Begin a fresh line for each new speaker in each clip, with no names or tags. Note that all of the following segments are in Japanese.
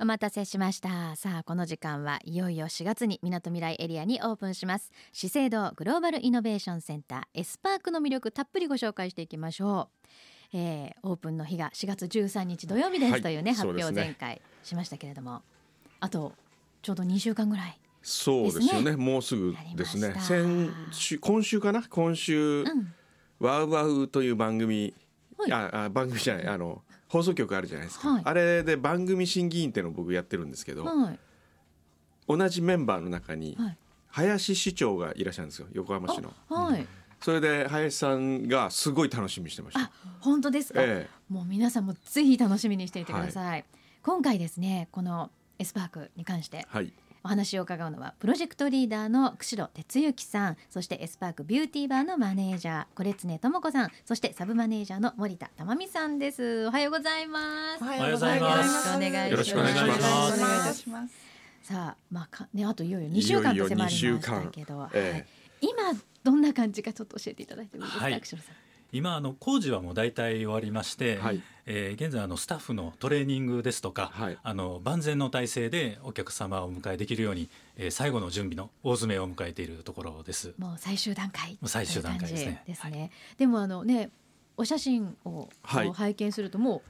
お待たせしましたさあこの時間はいよいよ4月にみなとみらいエリアにオープンします資生堂グローバルイノベーションセンターエスパークの魅力たっぷりご紹介していきましょう、えー、オープンの日が4月13日土曜日ですというね、
はい
発表
そ
を
うですね
前回しましたけれども、あとちょうど2週間ぐらい
そうですよねもうすぐです
やり
ね
ました
先週今週かな今週、
ん
ワウワウという番組、
はい
ああ番組じゃないあの放送局あるじゃないですか、
はい
あれで番組審議員っていうのを僕やってるんですけど、
はい
同じメンバーの中に
はい
林市長がいらっしゃるんですよ横浜市の
あはい
それで林さんがすごい楽しみにしてました
あ本当ですか、
え
もう皆さんもぜひ楽しみにしていてください、今回ですねこのエスパークに関して
はい
お話を伺うのはプロジェクトリーダーの釧路哲之さんそしてエスパークビューティーバーのマネージャー小列根智子さんそしてサブマネージャーの森田珠美さんですおはようございます
おは
ようございます
お願いします
よろしくお願いします
お願いいたします。
さあまあかねあといよいよ2週間
い
と
よいよ
迫りま
二週
した
間
けど
え
はい、今どんな感じかちょっと教えていただいてもいいですか、
はい
釧路さん
今あの工事はもう大体終わりまして、
はい
えー現在あのスタッフのトレーニングですとか、
はい
あの万全の体制でお客様をお迎えできるように、えー最後の準備の大詰めを迎えているところです。
もう最終段階
う最終段階ですね
という感じですねでもあのねお写真を
はい
こう拝見するとも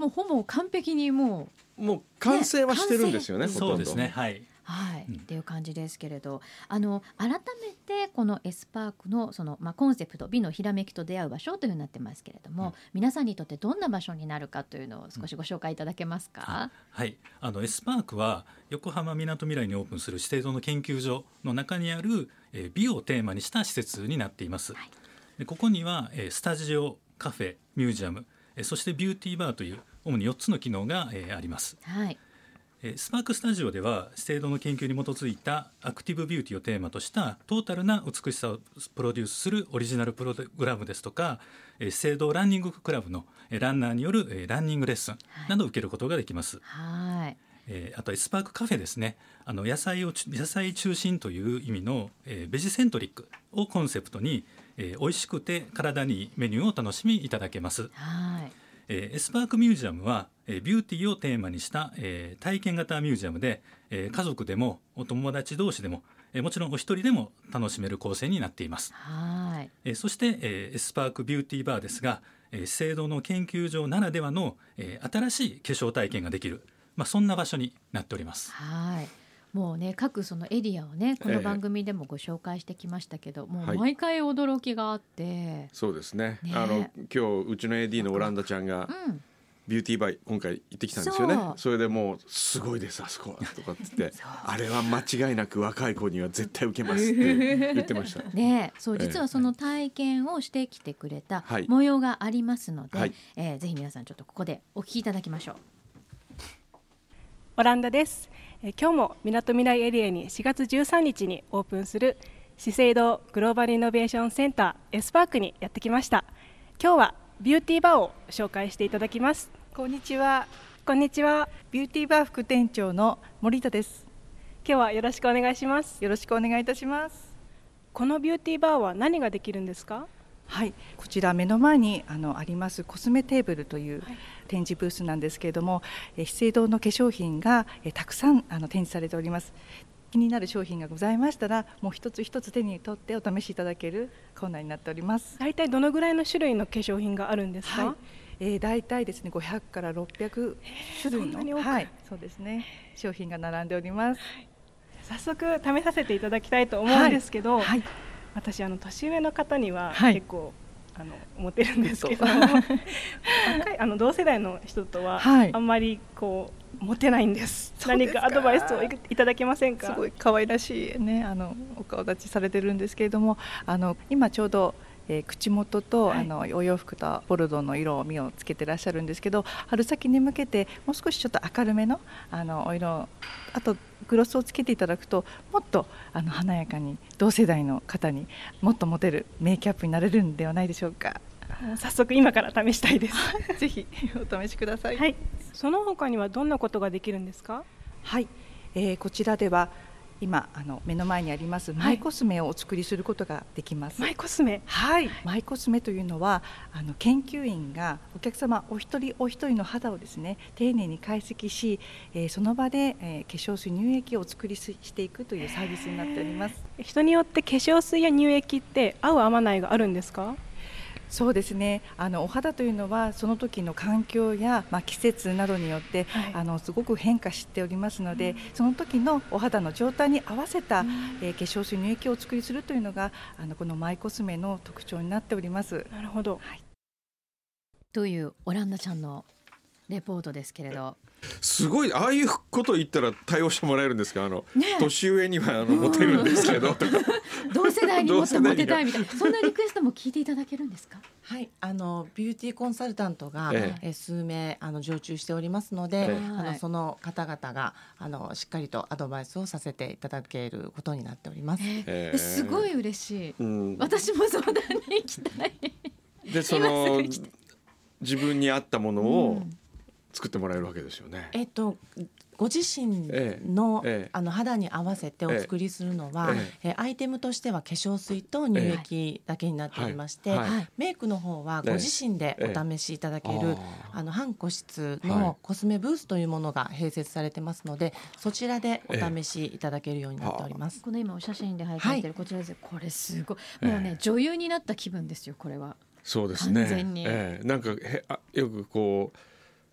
うもうほぼ完璧にもう
もう完成はしてるんですよね
ね
ほとん
そ
ど
うですね。はい。
はい、
うん
っていう感じですけれどあの改めてこのエスパークのその、まあ、コンセプト「美のひらめきと出会う場所」というふうになってますけれども、
うん
皆さんにとってどんな場所になるかというのを少しご紹介いただけますか、
はい、あのエスパークは横浜みなとみらいにオープンする資生堂の研究所の中にある、えー美をテーマにした施設になっています、
はい
でここには、えースタジオカフェミュージアム、えーそしてビューティーバーという主に4つの機能が、えーあります
はい
えースパークスタジオでは資生堂の研究に基づいたアクティブビューティーをテーマとしたトータルな美しさをプロデュースするオリジナルプログラムですとかえー資生堂ランニングクラブのえーランナーによるえーランニングレッスンなどを受けることができます、
はい
えーあとエスパークカフェですねあの野菜をち野菜中心という意味の、えーベジセントリックをコンセプトに、えー美味しくて体にいいメニューをお楽しみいただけます
はい
えーエスパークミュージアムは、えービューティーをテーマにした、えー体験型ミュージアムで、えー家族でもお友達同士でも、えーもちろんお一人でも楽しめる構成になっています、
はい
えーそして、えーエスパークビューティーバーですが、えー資生堂の研究所ならではの、えー新しい化粧体験ができる、まあ、そんな場所になっております
はいもうね各そのエリアをねこ
え
の
え
番組でもご紹介してきましたけど、も
は
う
い
毎回驚きがあって、
そうですね
ね
あの今日うちの AD のオランダちゃんが
うん
ビューティーバイ今回行ってきたんですよね
そう
それでもう「すごいですあそこは」とかって言っ て
そう
「あれは間違いなく若い子には絶対受けます」 って言ってました
ね、そう
ええ
実はその体験をしてきてくれた
はい
模様がありますので、
はい
えーぜひ皆さんちょっとここでお聞きいただきましょう。
オランダです。えー今日もみなとみらいエリアに4月13日にオープンする資生堂グローバルイノベーションセンターエスパークにやってきました。今日はビューティーバーを紹介していただきます。
こんにちは。
こんにちは。
ビューティーバー副店長の森田です。
今日はよろしくお願いします。
よろしくお願いいたします。
このビューティーバーは何ができるんですか？
はい、こちら目の前にあのありますコスメテーブルという
はい
展示ブースなんですけれども、えー資生堂の化粧品がえーたくさんあの展示されております。気になる商品がございましたら、もう一つ一つ手に取ってお試しいただけるコーナーになっております。
大体どのぐらいの種類の化粧品があるんですか？
はい、えー、大体ですね、500から600種類
そんなに多
の、
く
はい、そうですね、商品が並んでおります。
早速試させていただきたいと思うんですけど、
はい、
私あの年上の方には
はい
結構、あのモテるんですけど
嘘
若いあの同世代の人とは
はい
あんまりこうモテないんです,、
そうです
何
か
かアドバイスをいいただけませんか
すごい可愛らしいねあのお顔立ちされてるんですけれどもあの今ちょうど、えー口元と、
はい
あのお洋服とボルドーの色を身をつけてらっしゃるんですけど春先に向けてもう少しちょっと明るめのあのお色あとグロスをつけていただくともっとあの華やかに同世代の方にもっとモテるメイキャップになれるんではないでしょうか
もう早速今から試したいです
ぜひお試しください、
はいその他にはどんなことができるんですか
はい、えーこちらでは今あの目の前にありますマイコスメをお作りすることができます。
マイコスメ
はい、マイコスメというのはあの研究員がお客様お一人お一人の肌をですね丁寧に解析し、えーその場で、えー化粧水乳液をお作りししていくというサービスになっております。
人によって化粧水や乳液って合う合わないがあるんですか
そうですねあのお肌というのはその時の環境や、まあ、季節などによって、
はい
あのすごく変化しておりますので、その時のお肌の状態に合わせた、えー化粧水乳液をお作りするというのがあのこのマイコスメの特徴になっております。
なるほど
というオランダちゃんのレポートですけれど、
すごいああいうこと言ったら対応してもらえるんですかあの、
ねえ
年上にはあのモテるんですけどとか
同世代にもっと
同
モ
世代に
テたいみたいなそんなリクエストも聞いていただけるんですか
はい、あのビューティーコンサルタントが、
え
え数名あの常駐しておりますので、
ええ
あ
は
の
い
その方々があのしっかりとアドバイスをさせていただけることになっております。
え
え
ー
すごい嬉しい
うん
私も相談に行きたい
でそ
今す
の
ぐ来た
自分に合ったものを
うん
作ってもらえるわけですよね。
えっとご自身の,、
ええええ
あの肌に合わせてお作りするのは、
え
えアイテムとしては化粧水と乳液だけになっておりまして、
はいはい
メイクの方は
ええ
ご自身でお試しいただける、
あー
あの半個室
はい
のコスメブースというものが併設されてますので、そちらでお試しいただけるようになっております。
この今お写真で拝見してるこちらですよ、これすごいもうね、
ええ
女優になった気分ですよこれは
そうですね。
完全に
ええなんかへあよくこう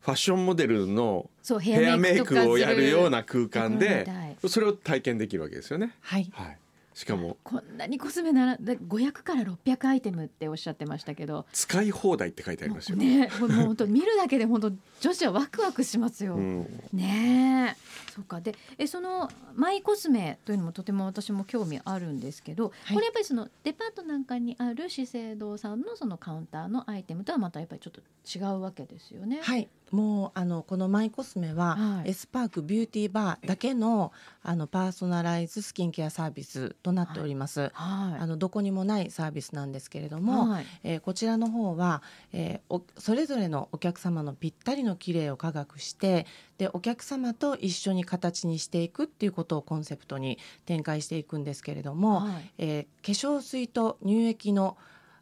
ファッションモデルの
そうヘ
ヘア
アメ
メ
イ
イ
クとかす
クをやるような空間
ところみ
で
たい、
それを体験できるわけですよね。
はい、
はい。しかも
こんなにコスメならだ500から600アイテムっておっしゃってましたけど
使い放題って書いてありますよ。
ねもう 本当見るだけで本当女子はワクワクしますよ、
うん。
ねえそうかでえそのマイコスメというのもとても私も興味あるんですけど、
はい
これやっぱりそのデパートなんかにある資生堂さんのそのカウンターのアイテムとはまたやっぱりちょっと違うわけですよね。
はい、もうあのこのマイコスメは、
はい
エスパークビューティーバーだけのあのパーソナライズスキンケアサービスとなっております。
はい
あのどこにもないサービスなんですけれども、
はい
えーこちらの方は、えーおそれぞれのお客様のぴったりの綺麗を科学してでお客様と一緒に形にしていくっていうことをコンセプトに展開していくんですけれども、
はい
えー化粧水と乳液の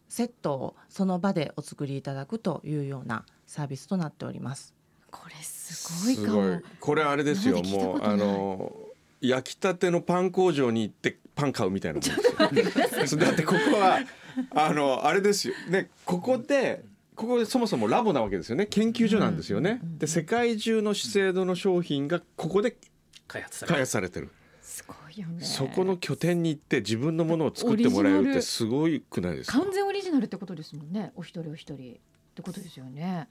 セットをその場でお作りいただくというようなサービスとなっております。
これすごいかも。
これあれですよ。
今まで聞いたこ
もう
とない
あの焼きたてのパン工場に行ってパン買うみたいなもんです よ。だってここはあのあれですよね。ここで。ここでそもそもラボなわけですよね研究所なんですよね、で世界中の資生堂の商品がここで
開発され
開
る
発されてる、
すごいよね。
そこの拠点に行って自分のものを作ってもらえるってすごいくないですか
完全オリジナルってことですもんね。お一人お一人ってことですよね。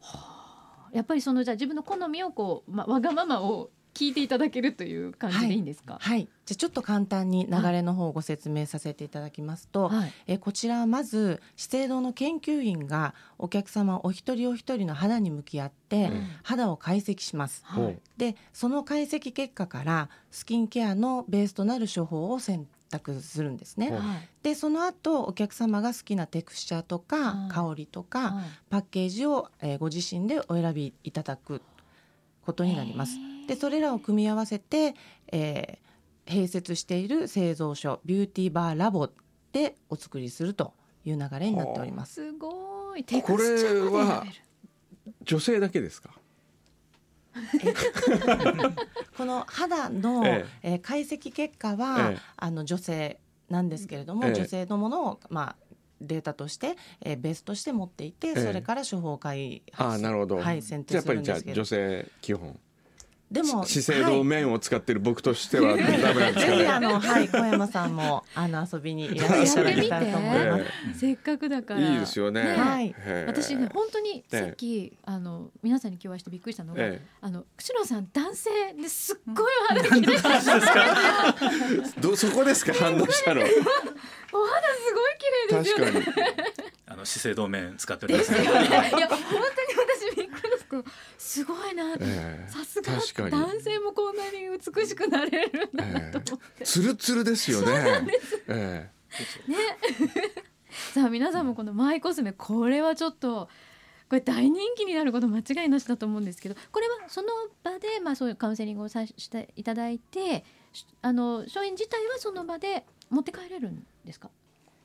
はあ、やっぱりそのじゃあ自分の好みをこうまわがままを聞いていただけるという感じでいいんですか。
はい、じゃあちょっと簡単に流れの方をご説明させていただきますと、
はい
えーこちらはまず資生堂の研究員がお客様お一人お一人の肌に向き合って、
うん
肌を解析します。
はい
ほう
でその解析結果からスキンケアのベースとなる処方を選択するんですね。
ほう
はい
でその後お客様が好きなテクスチャーと
は
か
い
香りとか
はい
パッケージをえーご自身でお選びいただくことになります。でそれらを組み合わせて、えー併設している製造所ビューティーバーラボでお作りするという流れになっております。
すごいテクスチャーまで選べる
女性だけですか
この肌の、
え
えー解析結果は、
ええ
あの女性なんですけれども、
ええ
女性のものをまあデータとして、えーベースとして持っていて、
ええ
それから処方会
ああなるほど、
はい選定するん
じゃ
で
あやっ
す
ぱりじゃ
けど
あ女性基本
でも
資生堂
はい
面を使ってる僕としてはダメなんですか
ぜひあ
ね。
の、はい、小山さんもあの遊びにいらっしゃるたいと思います。
せっかくだから。
いいですよね。
はい
え
私ね本当にさっき、あの皆さんに共有してびっくりしたのが、
え
あの釧路さん男性ですっごいお肌綺麗お肌す
どそこですか反応したの。
ごい綺麗です
確
よ
か
ね。
に。
あの資生堂面使っております、
いや本当に私びっくりしてすごいなって、
ええ
さす
確か
が
に
男性もこんなに美しくなれるんだなと思って、
ツルツルですよね。え
ねさあ皆さんもこのマイコスメこれはちょっとこれ大人気になること間違いなしだと思うんですけどこれはその場でまあそういうカウンセリングをさしていただいてしあの商品自体はその場で持って帰れるんですか。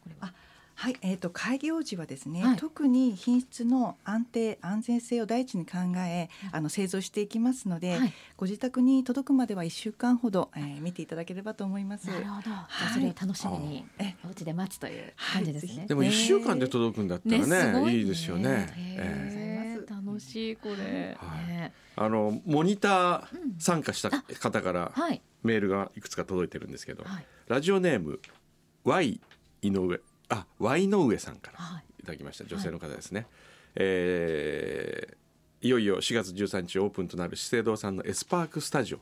これは
はい、えー、と開業時はですね、
はい
特に品質の安定安全性を第一に考えあの製造していきますので、
はい
ご自宅に届くまでは1週間ほど、えー見ていただければと思います。
なるほど。じゃあ
はい
それを楽しみに
え
お家で待つという感じです
はいぜ
ね
ひ。
でも一週間で届くんだったらねいいですよね。ええ
へー楽しいこれ。
はい
ね
あのモニター
うん
参加した方から
はい
メールがいくつか届いてるんですけど、
はい
ラジオネーム Y 井上あ Y の上さんから
はい。
いただきました女性の方ですね、いえーいよいよ4月13日オープンとなる資生堂さんのエスパークスタジオ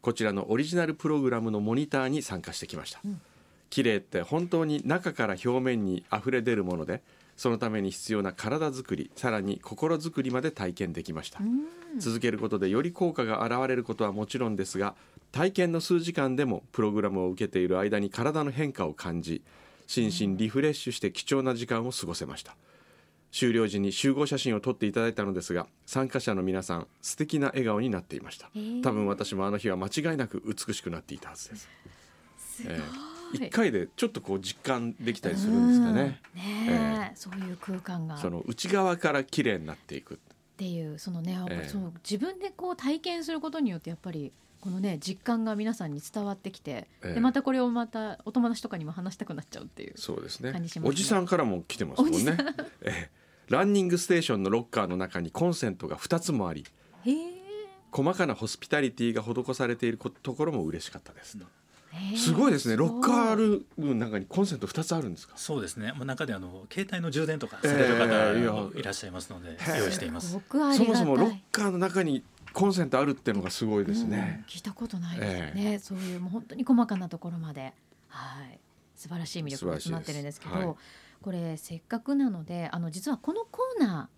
こちらのオリジナルプログラムのモニターに参加してきました、綺麗って本当に中から表面に溢れ出るものでそのために必要な体づくりさらに心づくりまで体験できました、続けることでより効果が現れることはもちろんですが体験の数時間でもプログラムを受けている間に体の変化を感じ心身リフレッシュして貴重な時間を過ごせました終了時に集合写真を撮っていただいたのですが参加者の皆さん素敵な笑顔になっていました
ー
多分私もあの日は間違いなく美しくなっていたはずです
す
え
ごい
1。回でちょっとこう実感できたりするんですかね
うん。ねえそういう空間が。
その内側から綺麗になっていく
っていうそのね、やっぱり
ええ
そう自分でこう体験することによってやっぱりこのね実感が皆さんに伝わってきて、
ええ
でまたこれをまたお友達とかにも話したくなっちゃうっていう。
そうですね
感じしますね
おじさんからも来てますもん
おじさ
ね ええランニングステーションのロッカーの中にコンセントが2つもあり
へえ
細かなホスピタリティが施されていることころも嬉しかったです、
へえ
すごいですねロッ
そ
カー
う
ルームの中にコンセント2つあるんですか
そうですね、まあ、中であの携帯の充電とかされる方
ええいや
もいらっしゃいますので、用意しています
す。ごくあり
そ
がた
も
い。
そもロッカーの中にコンセントあるっていうのがすごいですね、
うん聞いたことないですね、そういうもう本当に細かなところまではい素晴らしい魅力が詰まってるんですけど
素晴らしいで
これせっかくなのであの実はこのコーナ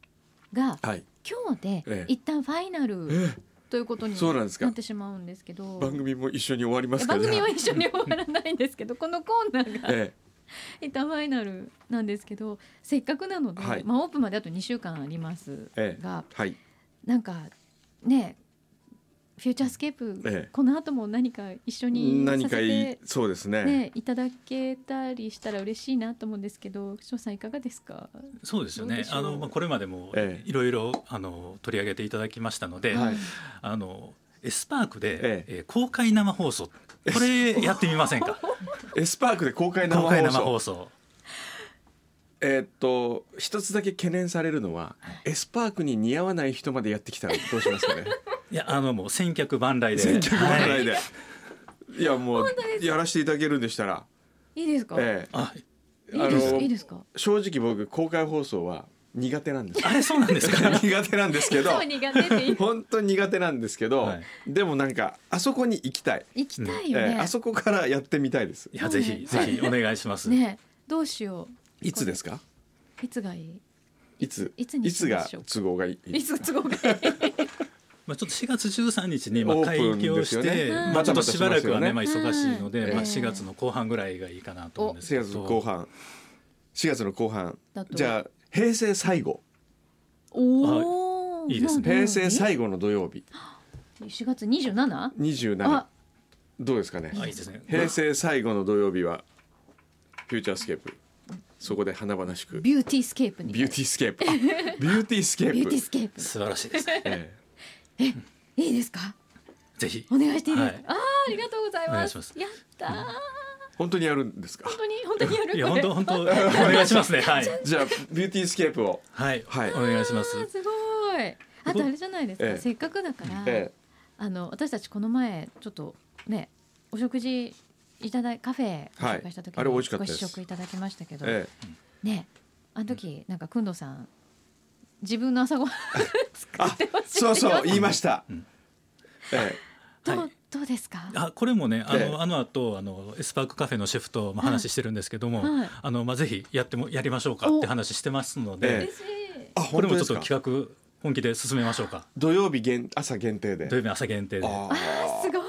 ーが
はい
今日
ええ
で一旦ファイナル、
え
ということに
そうなんですか
なってしまうんですけど
え番組も一緒に終わりますか
番組
じゃ
は
あ
一緒に終わらないんですけどこのコーナーが
え
一旦ファイナルなんですけどせっかくなので、
はい
まあ、オープンまであと2週間あります
ええ
が
え、はい
なんかねフューチャースケープ、
ええ
この後も何か一緒にさ
何
せ
かいい
て
そうですね
ね、いただけたりしたら嬉しいなと思うんですけど、翔さんいかがですか。
そうですよ
どう
ね
でしょう
あの、まあ、これまでも
ええ
いろいろあの取り上げていただきましたので、
はい
あのエスパークで、
え
えー公開生放送これやってみませ んか
エスパークで公開生
公
放
開
送
生放送
えーっと一つだけ懸念されるのは、エスパークに似合わない人までやってきたらどうしますか ね
いやあのもう千客万来で
千客万
は
来
い
で、い、やもうやらせていただけるんでしたら、
いいですか。
え
あ
え
いい
あ
です。
の
いいですか。
正直僕公開放送は苦手なん ですよ
あれそうなんですか
苦手なんですけど
そう苦手でいい
本当に苦手なんですけど、
はい
でもなんかあそこに行きたい、
行きたい
え
よね。
えあそこからやってみたいです
いやぜひぜひお願いします、
ね、どうしよ
いつですか
う。いつがいい。
いつ
いつにしま
が
しょう
都合がいい
いつ都合がいい。
まあ、ちょっと4月13日にまあ
オー
会
プン
議を
です
し
よ
て
ね
うん
まあ、ちょっとしばらくはね、ま
バ
あ、
タバタしま
忙
すよね
しいので、
うん
まあ、4月の後半ぐらいがいいかなと思うんですけ
4
ど
月後半4月の後半
だと
じゃあ平成最後
おお、
いいですね
平成
最
最後の土曜日
4月27
27
あ
どうですかね
あいいですね
平成最後の土曜日はフューチャースケープそこで華々しくビ
ビューティースケープに
ューティースケープあビューティースケ
ビュー
ー
ティー
プ
スケープ
素晴らしいですね
え
いいですか
ぜひ
お願いしていいですか、
はい
ああありがとうござい
お願
ま
い
す
します
やったー、本
え本当にやるんですか
当に本当にやる
いや本
これ
当本当お願いしますねはい
じゃあビューティースケープを
はい、
はい
お願いします
あーすごいあとあれじゃないですか、
ええ
せっかくだから、
え
あの私たちこの前ちょっとねお食事いただいカフェご紹介した時
はいあれ美味しかっ
ご
たで
試
す
食いただきましたけど、
え
ねあの時なんかくんどうさん自分の朝ごはん作ってほしい
そうそう言いま
し
した
うん
え
ど
は
う
い
どうですか
あこれもねあ
ええ
のあの後あのエスパークカフェのシェフとまあ話してるんですけども、
はい
あのまあぜひやってもやりましょうかって話してますの
え
で、
嬉しい
あ
こ
本
れ
当で
もちょっ
す
と
か
企画本気で進めましょうか。
土曜日限朝限定で
土曜日朝限定で。
あ
あすごい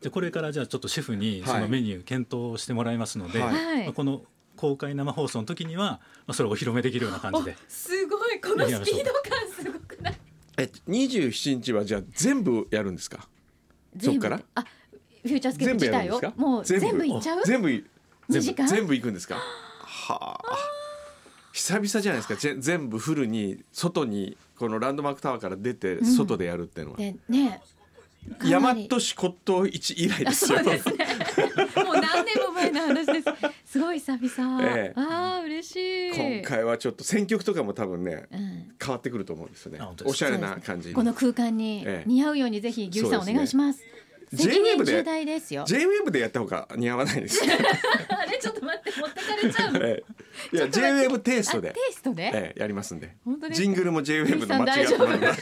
でこれからじゃあちょっとシェフに
はい
そのメニュー検討してもらいますので、
はい
まあこの公開生放送の時にはまあそれをお披露目できるような感じで。
すごいこのスピード感すごくない
え27日はじゃあ全部やるんですかそっから
全部あフューチャースケープ自体を
全部やるんですか
もう
全部
全部いっちゃう
全部い
二
全
時
部
間
全部行くんですかはあ久々じゃないですかぜ全部フルに外にこのランドマークタワーから出て
ん
外でやるっていうのは、
でねか
大
な
和
り
市骨董市以来
あ
です
そ
よ
うですねもう何年も前の話ですすごい久々、
ええ
ああ嬉しい
今回はちょっと選曲とかも多分ね
うん
変わってくると思うんですよね
あ本当ですか
おしゃれな感じに
この空間に
ええ
似合うようにぜひ牛さんお願いします
そうですね
責任
J-Wave で
重大ですよ
JWAVE でやった方が似合わないです、
あれちょっと待って持ってか れちゃう
ええいや
ちょっと待って
JWAVE テイスト
あ
で
テ、イストで、
ええやりますんで
本当ですか
ジングルも JWAVE の間違った
ゆい
の
さん大
が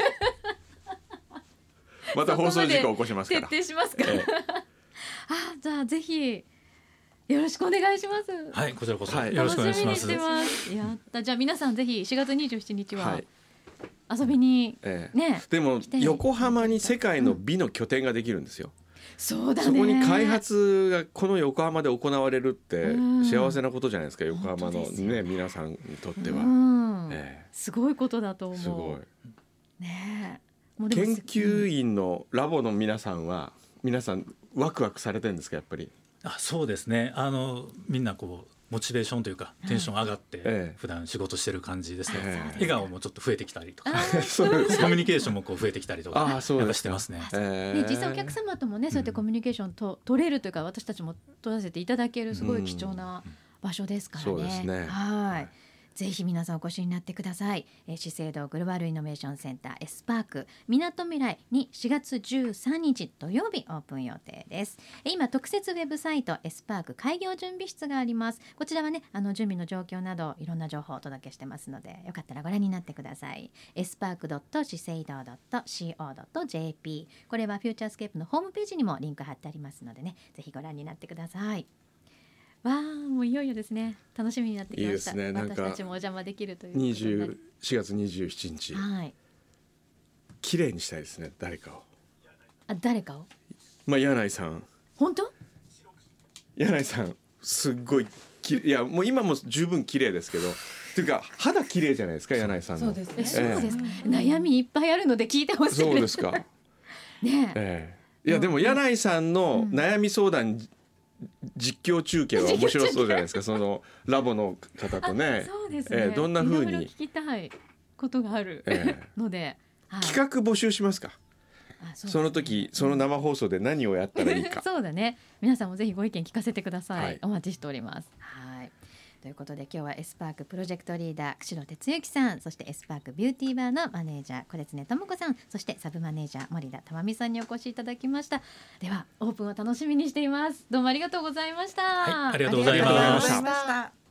また放送事故起こしますから
徹底しますから、
え
あじゃあぜひよろしくお願いします、
はい、こちらこそ、
はい
よろしくお願い
楽し
し
み
ま
にし
す。
てますやったじゃあ皆さんぜひ4月27日
は
はい遊びに、
ええ
ね
でも
たい
横浜に世界の美の拠点ができるんですよ、
そうだね
そこに開発がこの横浜で行われるって
うん
幸せなことじゃないですか横浜
本
の
当ですよ
ね皆さんにとって
う
は、
ん
え
すごいことだと思
え
う
すごい
ねえもうでも
研究
うん
員のラボの皆さんは皆さんワクワクされてるんですかやっ ぱり
あ、そうですね。あのみんなこうモチベーションというかテンション上がって、
ええ
普段仕事してる感じですね。
ええ
笑顔もちょっと増えてきたりとか、
あー
そうです
コミュニケーションもこう増えてきたりとか、
ああそう
やっ
で
ぱ
す
してますね。
ええ
ね、実際お客様ともね、そうやってコミュニケーションと取れるというか私たちも取らせていただけるすごい貴重な場所ですからね。
そうですね
は
はいい
ぜひ皆さんお越しになってください。えー、資生堂グローバルイノベーションセンターエスパークみなとみらいに4月13日土曜日オープン予定です。えー今特設ウェブサイトエスパーク開業準備室があります。こちらはねあの準備の状況などいろんな情報をお届けしてますのでよかったらご覧になってください。エスパークドット資生堂ドット co ドット jp これはフューチャースケープのホームページにもリンク貼ってありますのでねぜひご覧になってください。わあもういよいよですね楽しみになってきました
いいですねなんか
私たちもお邪魔できるということに
二
な
十
り
四月二十七日
はい
綺麗にしたいですね誰かを
あ誰かを
まあ柳井さん
本当
柳井さんすっごいきいやもう今も十分綺麗ですけどっていうか肌綺麗じゃないですか柳井さんの
そうです
え
ね
そう
ええ
ですか、悩みいっぱいあるので聞いてほしい
そうですか
ねえ
ええいやでも柳井さんの悩み相談じ実況中継は面白そうじゃないですかそのラボの方とね
そうですね、
ええどんな風
いろいろ
に
聞きたいことがある、
え
ので、はい
企画募集しますか
あそうですね
その時その生放送で何をや ったらいいか
そうだね皆さんもぜひご意見聞かせてください、
はい
お待ちしておりますはいということで今日はエスパークプロジェクトリーダー釧路哲之さんそしてエスパークビューティーバーのマネージャー小列根智子さんそしてサブマネージャー森田珠美さんにお越しいただきましたではオープンを楽しみにしていますどうもありがとうございました、
はいありがとうございま
した
ありがとうございました